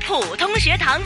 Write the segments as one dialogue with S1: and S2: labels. S1: 普通学堂。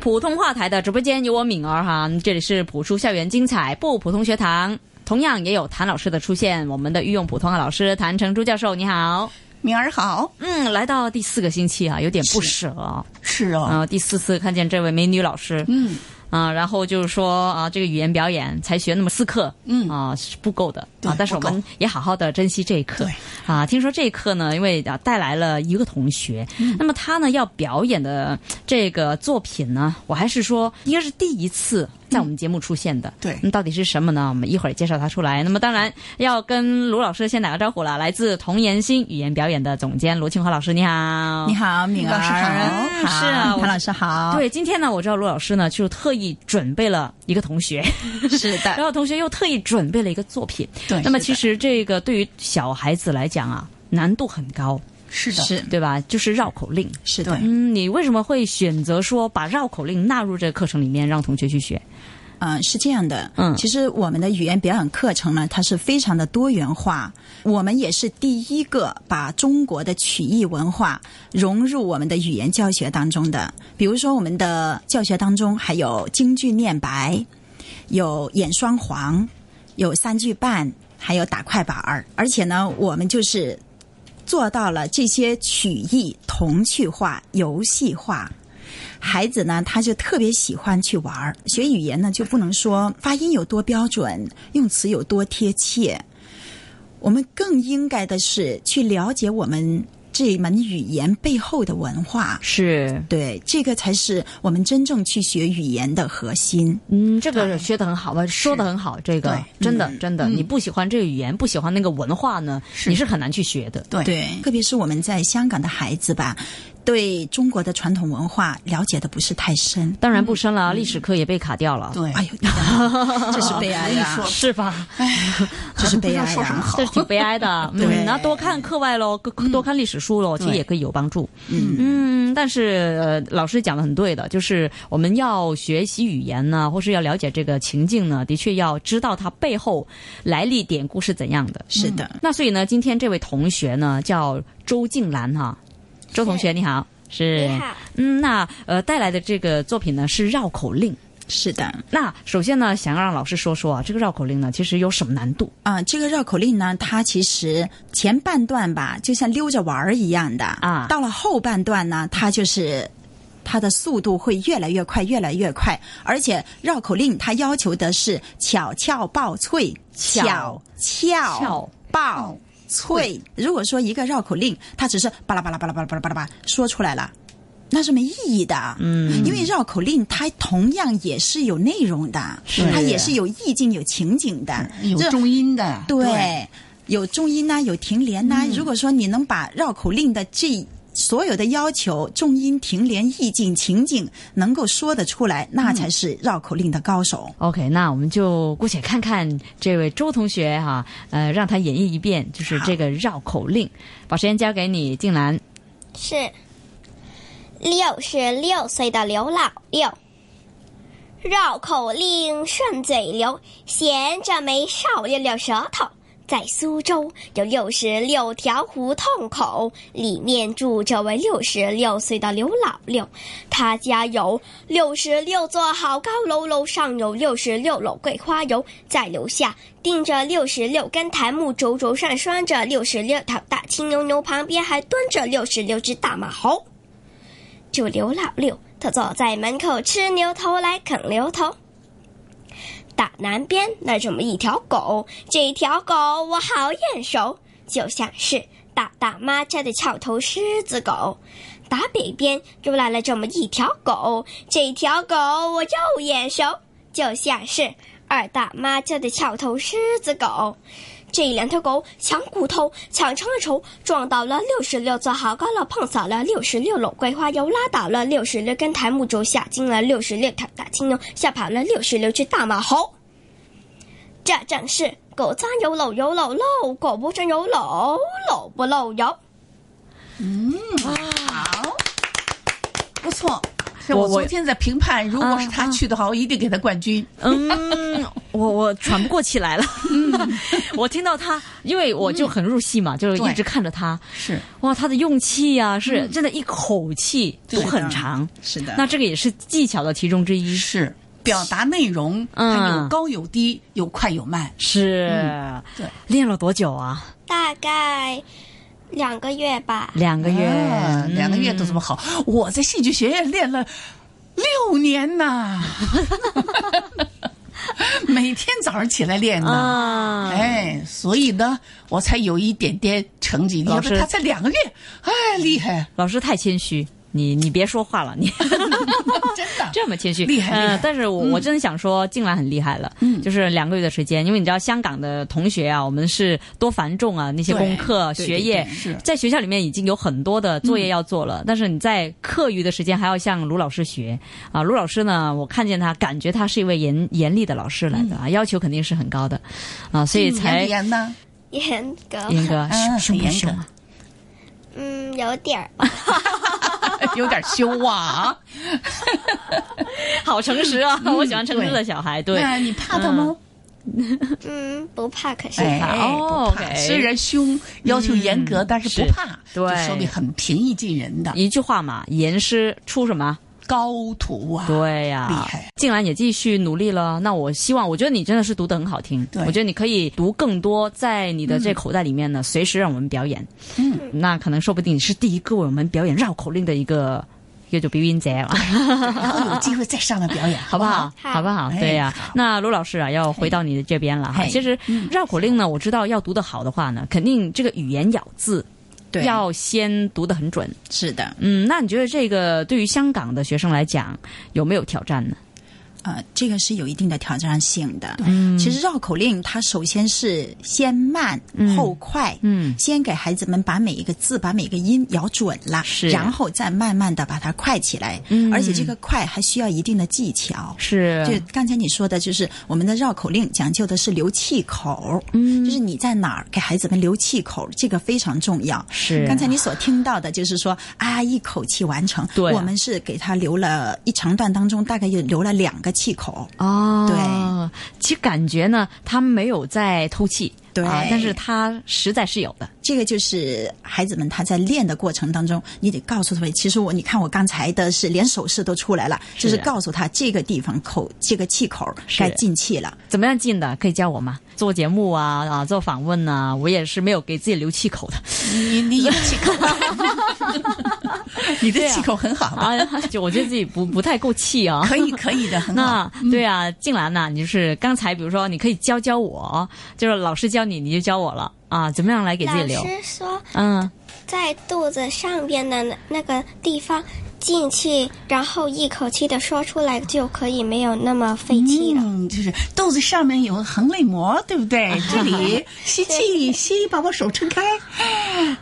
S2: 普通话台的直播间有我敏儿哈，这里是普出校园精彩不普通学堂，同样也有谭老师的出现，我们的御用普通话老师谭成珠教授，你好。
S3: 明儿好，
S2: 嗯，来到第四个星期啊，有点不舍啊。
S3: 是哦，
S2: 啊、第四次看见这位美女老师，
S3: 嗯
S2: 啊，然后就是说啊，这个语言表演才学那么四课，
S3: 嗯
S2: 啊是不够的
S3: 对
S2: 啊，但是我
S3: 不
S2: 们也好好的珍惜这一课
S3: 对
S2: 啊。听说这一课呢，因为啊带来了一个同学，那么他呢要表演的这个作品呢，我还是说应该是第一次在我们节目出现的，
S3: 对
S2: 那到底是什么呢？我们一会儿介绍他出来。那么当然要跟卢老师先打个招呼了，来自童言新语言表演的总监卢庆华老师，你好，
S4: 你好，敏儿，
S3: 老师好
S2: 嗯是啊我
S4: 谭老师好，
S2: 对，今天呢，我知道卢老师呢就特意准备了一个同学，
S4: 是
S2: 然
S4: 的，
S2: 后同学又特意准备了一个作品。
S3: 对
S2: 那么其实这个对于小孩子来讲啊，难度很高，
S3: 是的，
S4: 是
S2: 对吧？就是绕口令。
S4: 是的，
S2: 嗯，你为什么会选择说把绕口令纳入这个课程里面，让同学去学？
S4: 嗯、是这样的，
S2: 嗯
S4: 其实我们的语言表演课程呢，它是非常的多元化，我们也是第一个把中国的曲艺文化融入我们的语言教学当中的。比如说，我们的教学当中还有京剧念白，有演双簧，有三句半，还有打快板儿，而且呢，我们就是。做到了这些曲艺童趣化、游戏化，孩子呢，他就特别喜欢去玩儿。学语言呢，就不能说发音有多标准，用词有多贴切。我们更应该的是去了解我们这门语言背后的文化。
S2: 是，
S4: 对，这个才是我们真正去学语言的核心。
S2: 嗯，这个学得很好吧，说得很好，这个
S3: 对
S2: 真的真的，你不喜欢这个语言，不喜欢那个文化呢，你嗯是很难去学的。
S3: 对
S4: 特别是我们在香港的孩子吧，对中国的传统文化了解的不是太深。
S2: 当然不深了，历史课也被卡掉了，啊
S3: 对，
S4: 哎呦，天哪这是悲哀
S3: 我跟
S4: 呀
S3: 你！
S2: 是 吧？
S4: 这是 悲哀
S3: 不知道说什么
S4: 呀！
S3: 好
S2: 这挺悲哀的。
S4: 对
S2: 嗯，那多看课外喽，多看历史书喽，其实
S3: 对
S2: 也可以有帮助。嗯但是、呃、老师讲的很对的，就是我们要学习语言呢，或是要了解这个情境呢，的确要知道它背后来历典故是怎样的。
S4: 是的，
S2: 那所以呢，今天这位同学呢叫周静兰哈，周同学你好，是
S1: 你好
S2: 嗯，那呃带来的这个作品呢是绕口令。
S4: 是的。
S2: 那首先呢，想要让老师说说啊，这个绕口令呢，其实有什么难度？
S4: 啊、这个绕口令呢，它其实前半段吧，就像溜着玩儿一样的
S2: 啊
S4: 到了后半段呢，它就是它的速度会越来越快，越来越快。而且绕口令它要求的是巧翘爆脆，
S2: 巧
S4: 巧
S2: 翘
S4: 翘爆脆。如果说一个绕口令，它只是巴拉巴拉巴拉巴拉巴拉巴拉巴拉说出来了。那是没意义的，嗯，因为绕口令它同样也是有内容的，它也是嗯有意境、有情景的，
S3: 有
S4: 这
S3: 中音的，
S4: 对，有重音呐、有停连
S2: 嗯
S4: 呐、如果说你能把绕口令的这所有的要求、重音、停连、意境、情景能够说得出
S2: 嗯
S4: 来，那才是绕口令的高手。
S2: OK，那我们就姑且看看这位周同学哈、呃，让他演绎一遍，就是这个绕口令。把时间交给你，静兰。
S1: 是六是六岁的刘老六，绕口令顺嘴流，闲着没事儿溜溜舌头。在苏州有六十六条胡同口，里面住着位六十六岁的刘老六，他家有六十六座好高楼，楼上有六十六篓桂花油，在楼下钉着六十六根檀木轴，轴上拴着六十六头大青牛，牛旁边还蹲着六十六只大马猴。就刘老六，他坐在门口吃牛头来啃牛头。打南边那这么一条狗，这条狗我好眼熟，就像是大大妈家的翘头狮子狗。打北边又来了这么一条狗，这条狗我又眼熟，就像是二大妈家的翘头狮子狗。这两条狗抢骨头，抢成了仇，撞倒了六十六座好高楼，碰扫了六十六篓桂花油，拉倒了六十六根檀木轴，吓惊了六十六条大青牛，吓跑了六十六只大马猴。这正是狗脏有篓有篓漏，狗不沾有篓篓不漏油。
S3: 不错。
S2: 我
S3: 我
S2: 我
S3: 昨天在评判，如果是他去的话，我一定给他冠军。
S2: 嗯，我我喘不过气来了。嗯 我听到他，因为我就很入戏嘛，就是一直看着他。
S4: 是
S2: 哇，他的用气啊，是真的一口气都
S3: 对的
S2: 很长。
S4: 是的，
S2: 那这个也是技巧的其中之一。
S3: 是表达内容，
S2: 嗯
S3: 它有高有低，有快有慢。
S2: 是，
S3: 对
S2: 练了多久啊？
S1: 大概两个月吧。
S2: 两个月，
S3: 啊两个月
S2: 嗯
S3: 都这么好，我在戏剧学院练了六年 呐，每天早上起来练呢。
S2: 啊。
S3: 哎，所以呢，我才有一点点成绩。你
S2: 老
S3: 要
S2: 师
S3: 不他才两个月，哎，厉害，
S2: 老师太谦虚，你你别说话了，你
S3: 真的。
S2: 这么谦虚，
S3: 厉害厉害嗯
S2: 呃、但是我、我真的想说，静兰很厉害了，嗯，就是两个月的时间，因为你知道香港的同学啊，我们是多繁重啊，那些
S3: 对
S2: 功课、
S3: 对
S2: 学业
S3: 对对是嗯
S2: 在学校里面已经有很多的作业要做了，但是你在课余的时间还要向卢老师学啊。卢老师呢，我看见他，感觉他是一位严严厉的老师来的啊，要求肯定是很高的啊，所以才
S3: 你嗯严不严呢，
S1: 严格，
S2: 严格，
S3: 嗯
S2: 凶
S3: 很
S2: 不
S3: 严
S2: 凶
S3: 格
S2: 啊？
S1: 嗯，有点儿吧。
S3: 有点羞啊。
S2: 好诚实啊，我喜欢诚实的
S3: 嗯对
S2: 小孩，对。
S3: 那你怕他吗？
S1: 嗯，不怕，可是、
S3: 哎，
S2: 哦
S3: 不怕
S2: OK
S3: 虽然凶，要求严格，但是不
S2: 是
S3: 怕，
S2: 对
S3: 就说明很平易近人的
S2: 一句话嘛，严师出什么？
S3: 高徒啊。
S2: 对呀、
S3: 厉害
S2: 竟然也继续努力了。那我希望，我觉得你真的是读得很好听。
S3: 对
S2: 我觉得你可以读更多，在你的这口袋里面呢，随时让我们表演。
S3: 嗯，
S2: 那可能说不定你是第一个为我们表演绕口令的一个。一个叫做表演者了，
S3: 哎
S2: 哦
S3: 以后
S4: 哦
S3: 有机会再上来表演，
S2: 好不好？
S1: 好
S2: 好不好？
S3: 哎
S2: 对呀、
S3: 好
S2: 那卢老师啊，要回到你的这边了哈。
S3: 嘿嗯
S2: 其实绕口令呢，我知道要读得好的话呢，肯定这个语言咬字
S4: 对，
S2: 要先读得很准。
S4: 是的，
S2: 嗯，那你觉得这个对于香港的学生来讲有没有挑战呢？
S4: 呃，这个是有一定的挑战性的。嗯，其实绕口令它首先是先慢后快，
S2: 嗯
S4: 先给孩子们把每一个字、把每个音咬准了，
S2: 是
S4: 然后再慢慢的把它快起来。
S2: 嗯
S4: 而且这个快还需要一定的技巧。
S2: 是
S4: 就刚才你说的，就是我们的绕口令讲究的是留气口，
S2: 嗯
S4: 就是你在哪儿给孩子们留气口，这个非常重要。
S2: 是啊
S4: 刚才你所听到的就是说啊，一口气完成，
S2: 对啊
S4: 我们是给他留了一长段当中，大概也留了两个气口，
S2: 哦，
S4: 对，
S2: 其实感觉呢，他没有在偷气，
S4: 对
S2: 啊，但是他实在是有的，
S4: 这个就是孩子们他在练的过程当中，你得告诉他们，其实我你看我刚才的是连手势都出来了，
S2: 是啊
S4: 就是告诉他这个地方口这个气口
S2: 是
S4: 该进气了。
S2: 怎么样进的？可以教我吗？做节目啊啊，做访问啊，我也是没有给自己留气口的
S3: 你你有气口， 你的
S2: 啊
S3: 气口很 好，
S2: 啊， 就我觉得自己不不太够气 啊。
S3: 可以可以的，很好。
S2: 那对啊，静兰呐、你就是刚才比如说，你可以教教我，就是老师教你，你就教我了啊，怎么样来给自己
S1: 老
S2: 留？
S1: 师说，
S2: 嗯，
S1: 在肚子上边的那那个地方进气，然后一口气的说出来就可以，没有那么费气了。
S3: 嗯，就是肚子上面有横肋膜，对不 对？这里吸气，吸，把我手撑开，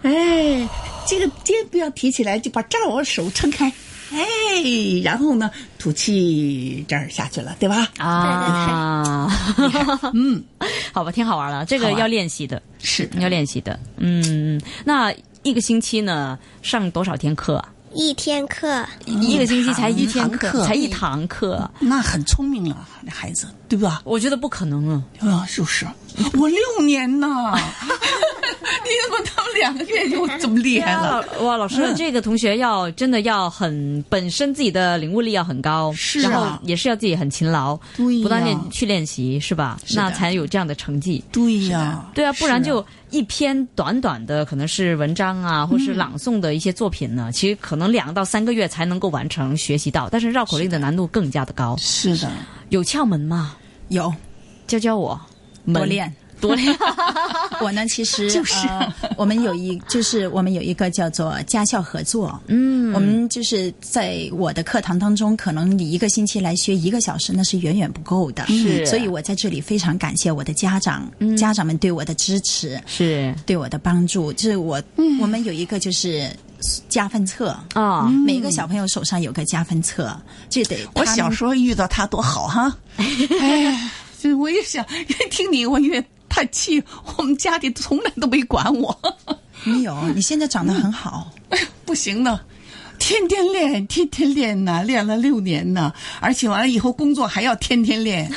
S3: 哎，这个肩不要提起来，就把这儿我手撑开，哎，然后呢，吐气，这儿下去了，对吧？
S2: 啊，
S3: 嗯，
S2: 好吧，挺好玩了，这个
S3: 好玩
S2: 要练习的，
S3: 是
S2: 要练习的。嗯，那一个星期呢，上多少天课啊？
S1: 一天课，
S2: 一个星期才一天
S3: 堂课
S2: 才一堂课，
S3: 那很聪明了，那孩子，对吧？
S2: 我觉得不可能啊！
S3: 啊，就是我六年 呢，你怎么他们两个月就这么厉害 了？
S2: 哇，老
S3: 嗯
S2: 师，这个同学要真的要很本身自己的领悟力要很高，
S3: 是啊
S2: 然后也是要自己很勤劳，
S3: 对呀
S2: 不断练去练习，是吧？那才有这样的成绩。
S3: 对呀、
S2: 对啊，
S3: 是
S2: 不然就一篇短短的可能是文章
S3: 嗯
S2: 啊，或是朗诵的一些作品呢，其实可能两到三个月才能够完成学习到，但是绕口令的难度更加的高，
S3: 是的，
S2: 有窍门吗？
S4: 有
S2: 教教我，
S4: 多
S2: 门
S4: 练。
S2: 多练，
S4: 我呢，其实
S3: 就是啊
S4: 呃我们有一，就是我们有一个叫做家校合作。
S2: 嗯
S4: 我们就是在我的课堂当中，可能你一个星期来学一个小时，那是远远不够的。
S2: 是
S4: 所以我在这里非常感谢我的家长，
S3: 嗯
S4: 家长们对我的支持，
S2: 是
S4: 对我的帮助。就是我，
S3: 嗯
S4: 我们有一个就是加分册。
S2: 啊，
S4: 每个小朋友手上有个加分册，这得
S3: 我
S4: 他们
S3: 小时候遇到他多好 哈！哎，就是我也想，越听你我越叹气。我们家里从来都没管我，嗯
S4: 没有，你现在长得很好，
S3: 不行呢。天天练，天天练呐、练了六年呢、而且完了以后工作还要天天练。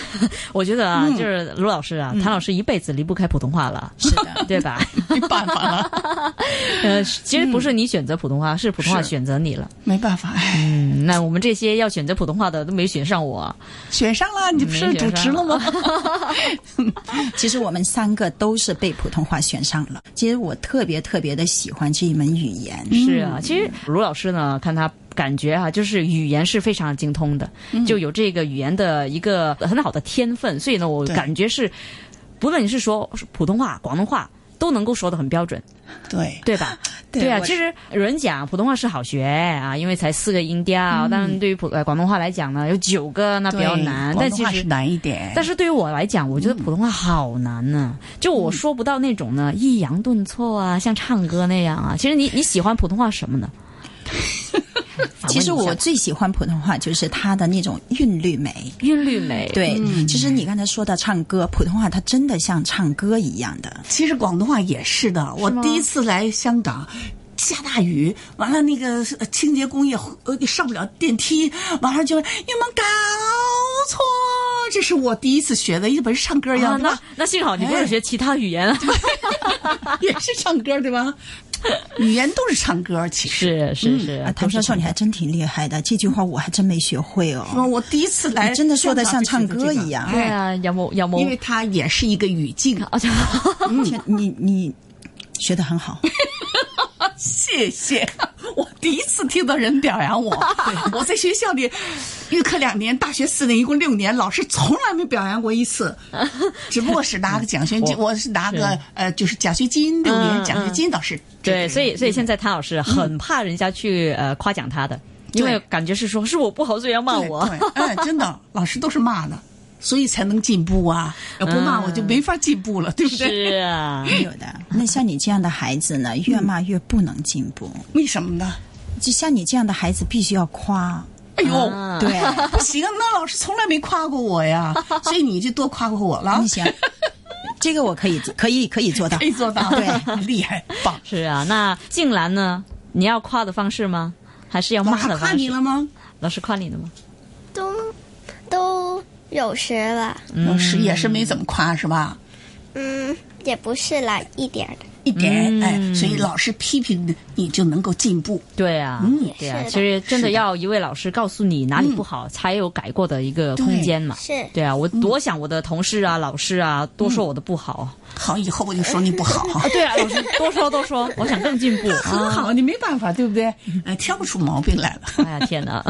S2: 我觉得啊，就是卢老师啊，谭老师一辈子离不开普通话了，
S4: 是的，
S2: 对吧？
S3: 没办法了，
S2: 呃，其实不是你选择普通话，是普通话
S3: 是
S2: 选择你了。
S3: 没办法，哎，
S2: 嗯，那我们这些要选择普通话的都没选上我，
S3: 选上了，你不是主持了吗？
S4: 其实我们三个都是被普通话选上了。其实我特别特别的喜欢这一门语言，
S2: 是啊，其实卢老师呢，看他感觉哈、就是语言是非常精通的，就有这个语言的一个很好的天分，所以呢，我
S3: 对
S2: 感觉是，不论你是说普通话、广东话。都能够说得很标准，
S3: 对，
S2: 对吧？
S3: 对
S2: 啊，
S3: 我
S2: 其实有人讲普通话是好学啊，因为才四个音调，当然对于普呃广东话来讲呢，有九个那比较
S3: 对
S2: 难，但
S3: 广东
S2: 其
S3: 话
S2: 实
S3: 是难一点。
S2: 但
S3: 是
S2: 是对于我来讲，我觉得普通话好难呢、就我说不到那种呢抑扬顿挫啊，像唱歌那样啊。其实你你喜欢普通话什么呢？反问一下
S4: 其实我最喜欢普通话就是它的那种韵律美。
S2: 韵律美，
S4: 对，其实你刚才说到唱歌，普通话它真的像唱歌一样的。
S3: 其实广东话也是的，我第一次来香港。下大雨，完了那个呃清洁工也呃上不了电梯，完了就你们搞错，这是我第一次学的一本唱歌
S2: 啊，
S3: 样，对
S2: 那
S3: 吧？
S2: 那幸好你不是学其他语言啊。
S3: 也是唱歌对吧？语言都是唱歌，其实
S2: 是是是，
S4: 啊，
S2: 都
S4: 唐
S2: 是
S4: 教授，你还真挺厉害的，这句话我还真没学会
S3: 是 吧？
S4: 哦。
S3: 我第一次来，
S4: 你真的说得像唱歌一样
S2: 对
S3: 对
S2: 啊，有冇有
S3: 哎因为
S2: 冇？
S3: 它也是一个语境。
S2: 啊，就
S4: 天你你学得很好，
S3: 谢谢， 我第一次听到人表 扬我。我在学校里预科两年，大学四年，一共六年，老师从来没表扬过 一次，只不过是拿个奖学金，我是拿个
S2: 是
S3: 呃，就是奖学金六
S2: 嗯
S3: 年奖学金倒是。
S2: 对，所以所以现在谭老师很怕人家去呃夸奖他的，因为
S3: 对
S2: 感觉是说是我不好，所以要骂
S3: 对
S2: 我。
S3: 对哎，真的，老师都是骂的，所以才能进步啊！要不骂我就没法进步了，对不对？
S2: 嗯 是啊，
S4: 没有的。那像你这样的孩子呢，越骂越不能进步。
S3: 为什么呢？
S4: 就像你这样的孩子，必须要夸。
S3: 哎呦，
S2: 啊
S4: 对，
S3: 不行，那老师从来没夸过我呀， 所以你就多夸夸我了
S4: 你。行，这个我可以可以可以做到
S3: 可。以做到，
S4: 对，
S3: 厉害，棒！
S2: 是啊，那静兰呢？你要夸的方式吗？还是要
S3: 老
S2: 骂
S3: 师
S2: 的方
S3: 夸
S2: 式？
S3: 啊你了吗？
S2: 老师夸你的吗？
S1: 都都有时了，
S3: 老师也是没怎么夸，是吧？
S1: 嗯，也不是啦，一点儿的。
S3: 一点，
S2: 嗯
S3: 哎，所以老师批评你你就能够进步。
S2: 对啊，对啊，
S1: 是的
S2: 其实真的
S3: 是的
S2: 要一位老师告诉你哪里不好，才有改过的一个空间嘛。
S1: 对是
S2: 对啊，我多想我的同事啊、老师啊多说我的不好。
S3: 好，以后我就说你不好，
S2: 啊，对啊，老师多说多说， 我想更进步
S3: 很
S2: 啊。
S3: 哎好，你没办法，对不对？哎，挑不出毛病来了。
S2: 哎呀天哪！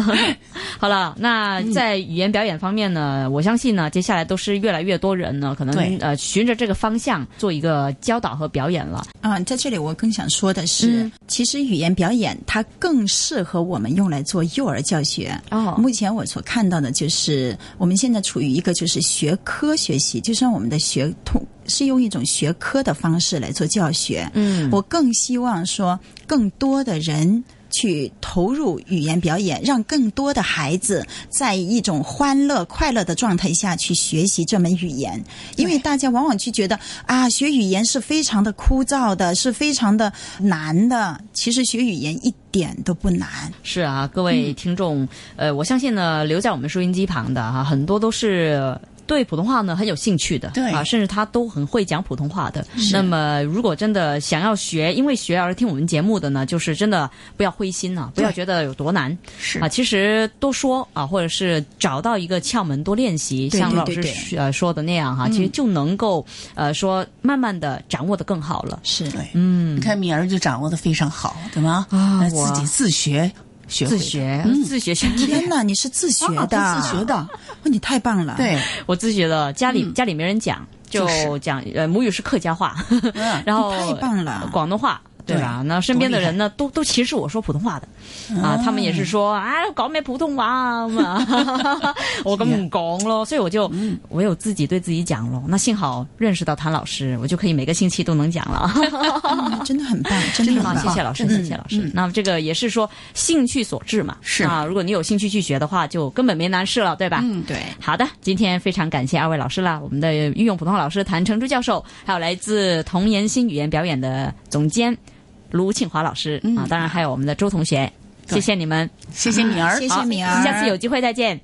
S2: 好了，那
S3: 嗯
S2: 在语言表演方面呢，我相信呢，接下来都是越来越多人呢，可能
S3: 对
S2: 呃循着这个方向做一个教导和表演了。
S4: 啊、在这里我更想说的是，
S2: 嗯
S4: 其实语言表演它更适合我们用来做幼儿教学。
S2: 哦
S4: 目前我所看到的就是，我们现在处于一个就是学科学习，就算我们的学通是用一种学科的方式来做教学。
S2: 嗯
S4: 我更希望说，更多的人。去投入语言表演，让更多的孩子在一种欢乐、快乐的状态下去学习这门语言，因为大家往往去觉得啊，学语言是非常的枯燥的，是非常的难的。其实学语言一点都不难。
S2: 是啊，各位
S3: 嗯
S2: 听众，呃，我相信呢，留在我们收音机旁的哈、很多都是。对普通话呢很有兴趣的，
S3: 对
S2: 啊，甚至他都很会讲普通话的。那么，如果真的想要学，因为学而听我们节目的呢，就是真的不要灰心啊，不要觉得有多难
S3: 是
S2: 啊。其实多说啊，或者是找到一个窍门，多练习，
S4: 对
S2: 像
S4: 对
S2: 老
S4: 对
S2: 师
S4: 对
S2: 呃说的那样哈、其实就能够呃说慢慢的掌握的更好了。
S4: 是
S3: 对，嗯，你看敏儿就掌握的非常好，对吗？
S2: 啊
S3: 呃
S2: 我
S3: 自己自学学会
S2: 自
S3: 的，
S2: 学，
S3: 嗯
S2: 自学学。
S4: 天哪，你是自学
S3: 啊
S4: 的？
S3: 都自学的，
S4: 哇，你太棒了！，
S3: 对，
S2: 我自学的，家里、家里没人讲，就
S3: 就是
S2: 讲、呃母语是客家话，
S3: 嗯
S2: 然后
S4: 太棒了
S2: 呃广东话。对吧？
S3: 对
S2: 那身边的
S3: 多厉害
S2: 人呢，都都歧视我说普通话的，啊，他们也是说啊，讲咩普通话嘛， 我咁
S3: 啊
S2: 唔讲咯，所以我就
S3: 嗯
S2: 我有自己对自己讲咯。那幸好认识到谭老师，我就可以每个星期都能讲 了。
S4: 嗯真的很棒，真的
S2: 啊，
S4: 很
S2: 谢
S4: 棒。
S2: 谢老师，谢谢老师。那么这个也是说兴趣所致嘛，
S3: 嗯是
S2: 啊，如果你有兴趣去学的话，就根本没难事了，对吧？
S3: 嗯
S4: 对，
S2: 好的，今天非常感谢二位老师啦，我们的御用普通话老师谭成珠教授，还有来自童言新语言表演的总监卢庆华老师、啊，当然还有我们的周同学。谢谢你们，
S3: 谢谢敏儿，
S4: 谢谢敏儿，
S2: 下次有机会再见。